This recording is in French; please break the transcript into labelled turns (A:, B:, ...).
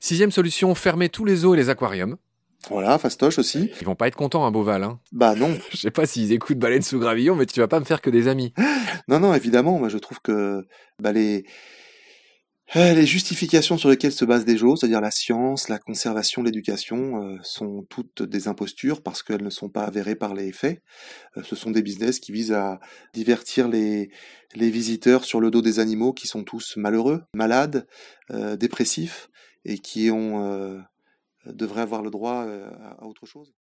A: Sixième solution, fermer tous les eaux et les aquariums.
B: Voilà, fastoche aussi.
A: Ils vont pas être contents, hein, Beauval. Hein.
B: Bah non,
A: Je sais pas s'ils écoutent Baleine sous gravillon, mais tu vas pas me faire que des amis.
B: non, non, évidemment, moi je trouve que bah, les... euh, les justifications sur lesquelles se basent des jeux, c'est-à-dire la science, la conservation, l'éducation, euh, sont toutes des impostures parce qu'elles ne sont pas avérées par les faits. Euh, ce sont des business qui visent à divertir les, les visiteurs sur le dos des animaux qui sont tous malheureux, malades, euh, dépressifs et qui ont, euh, devraient avoir le droit euh, à à autre chose.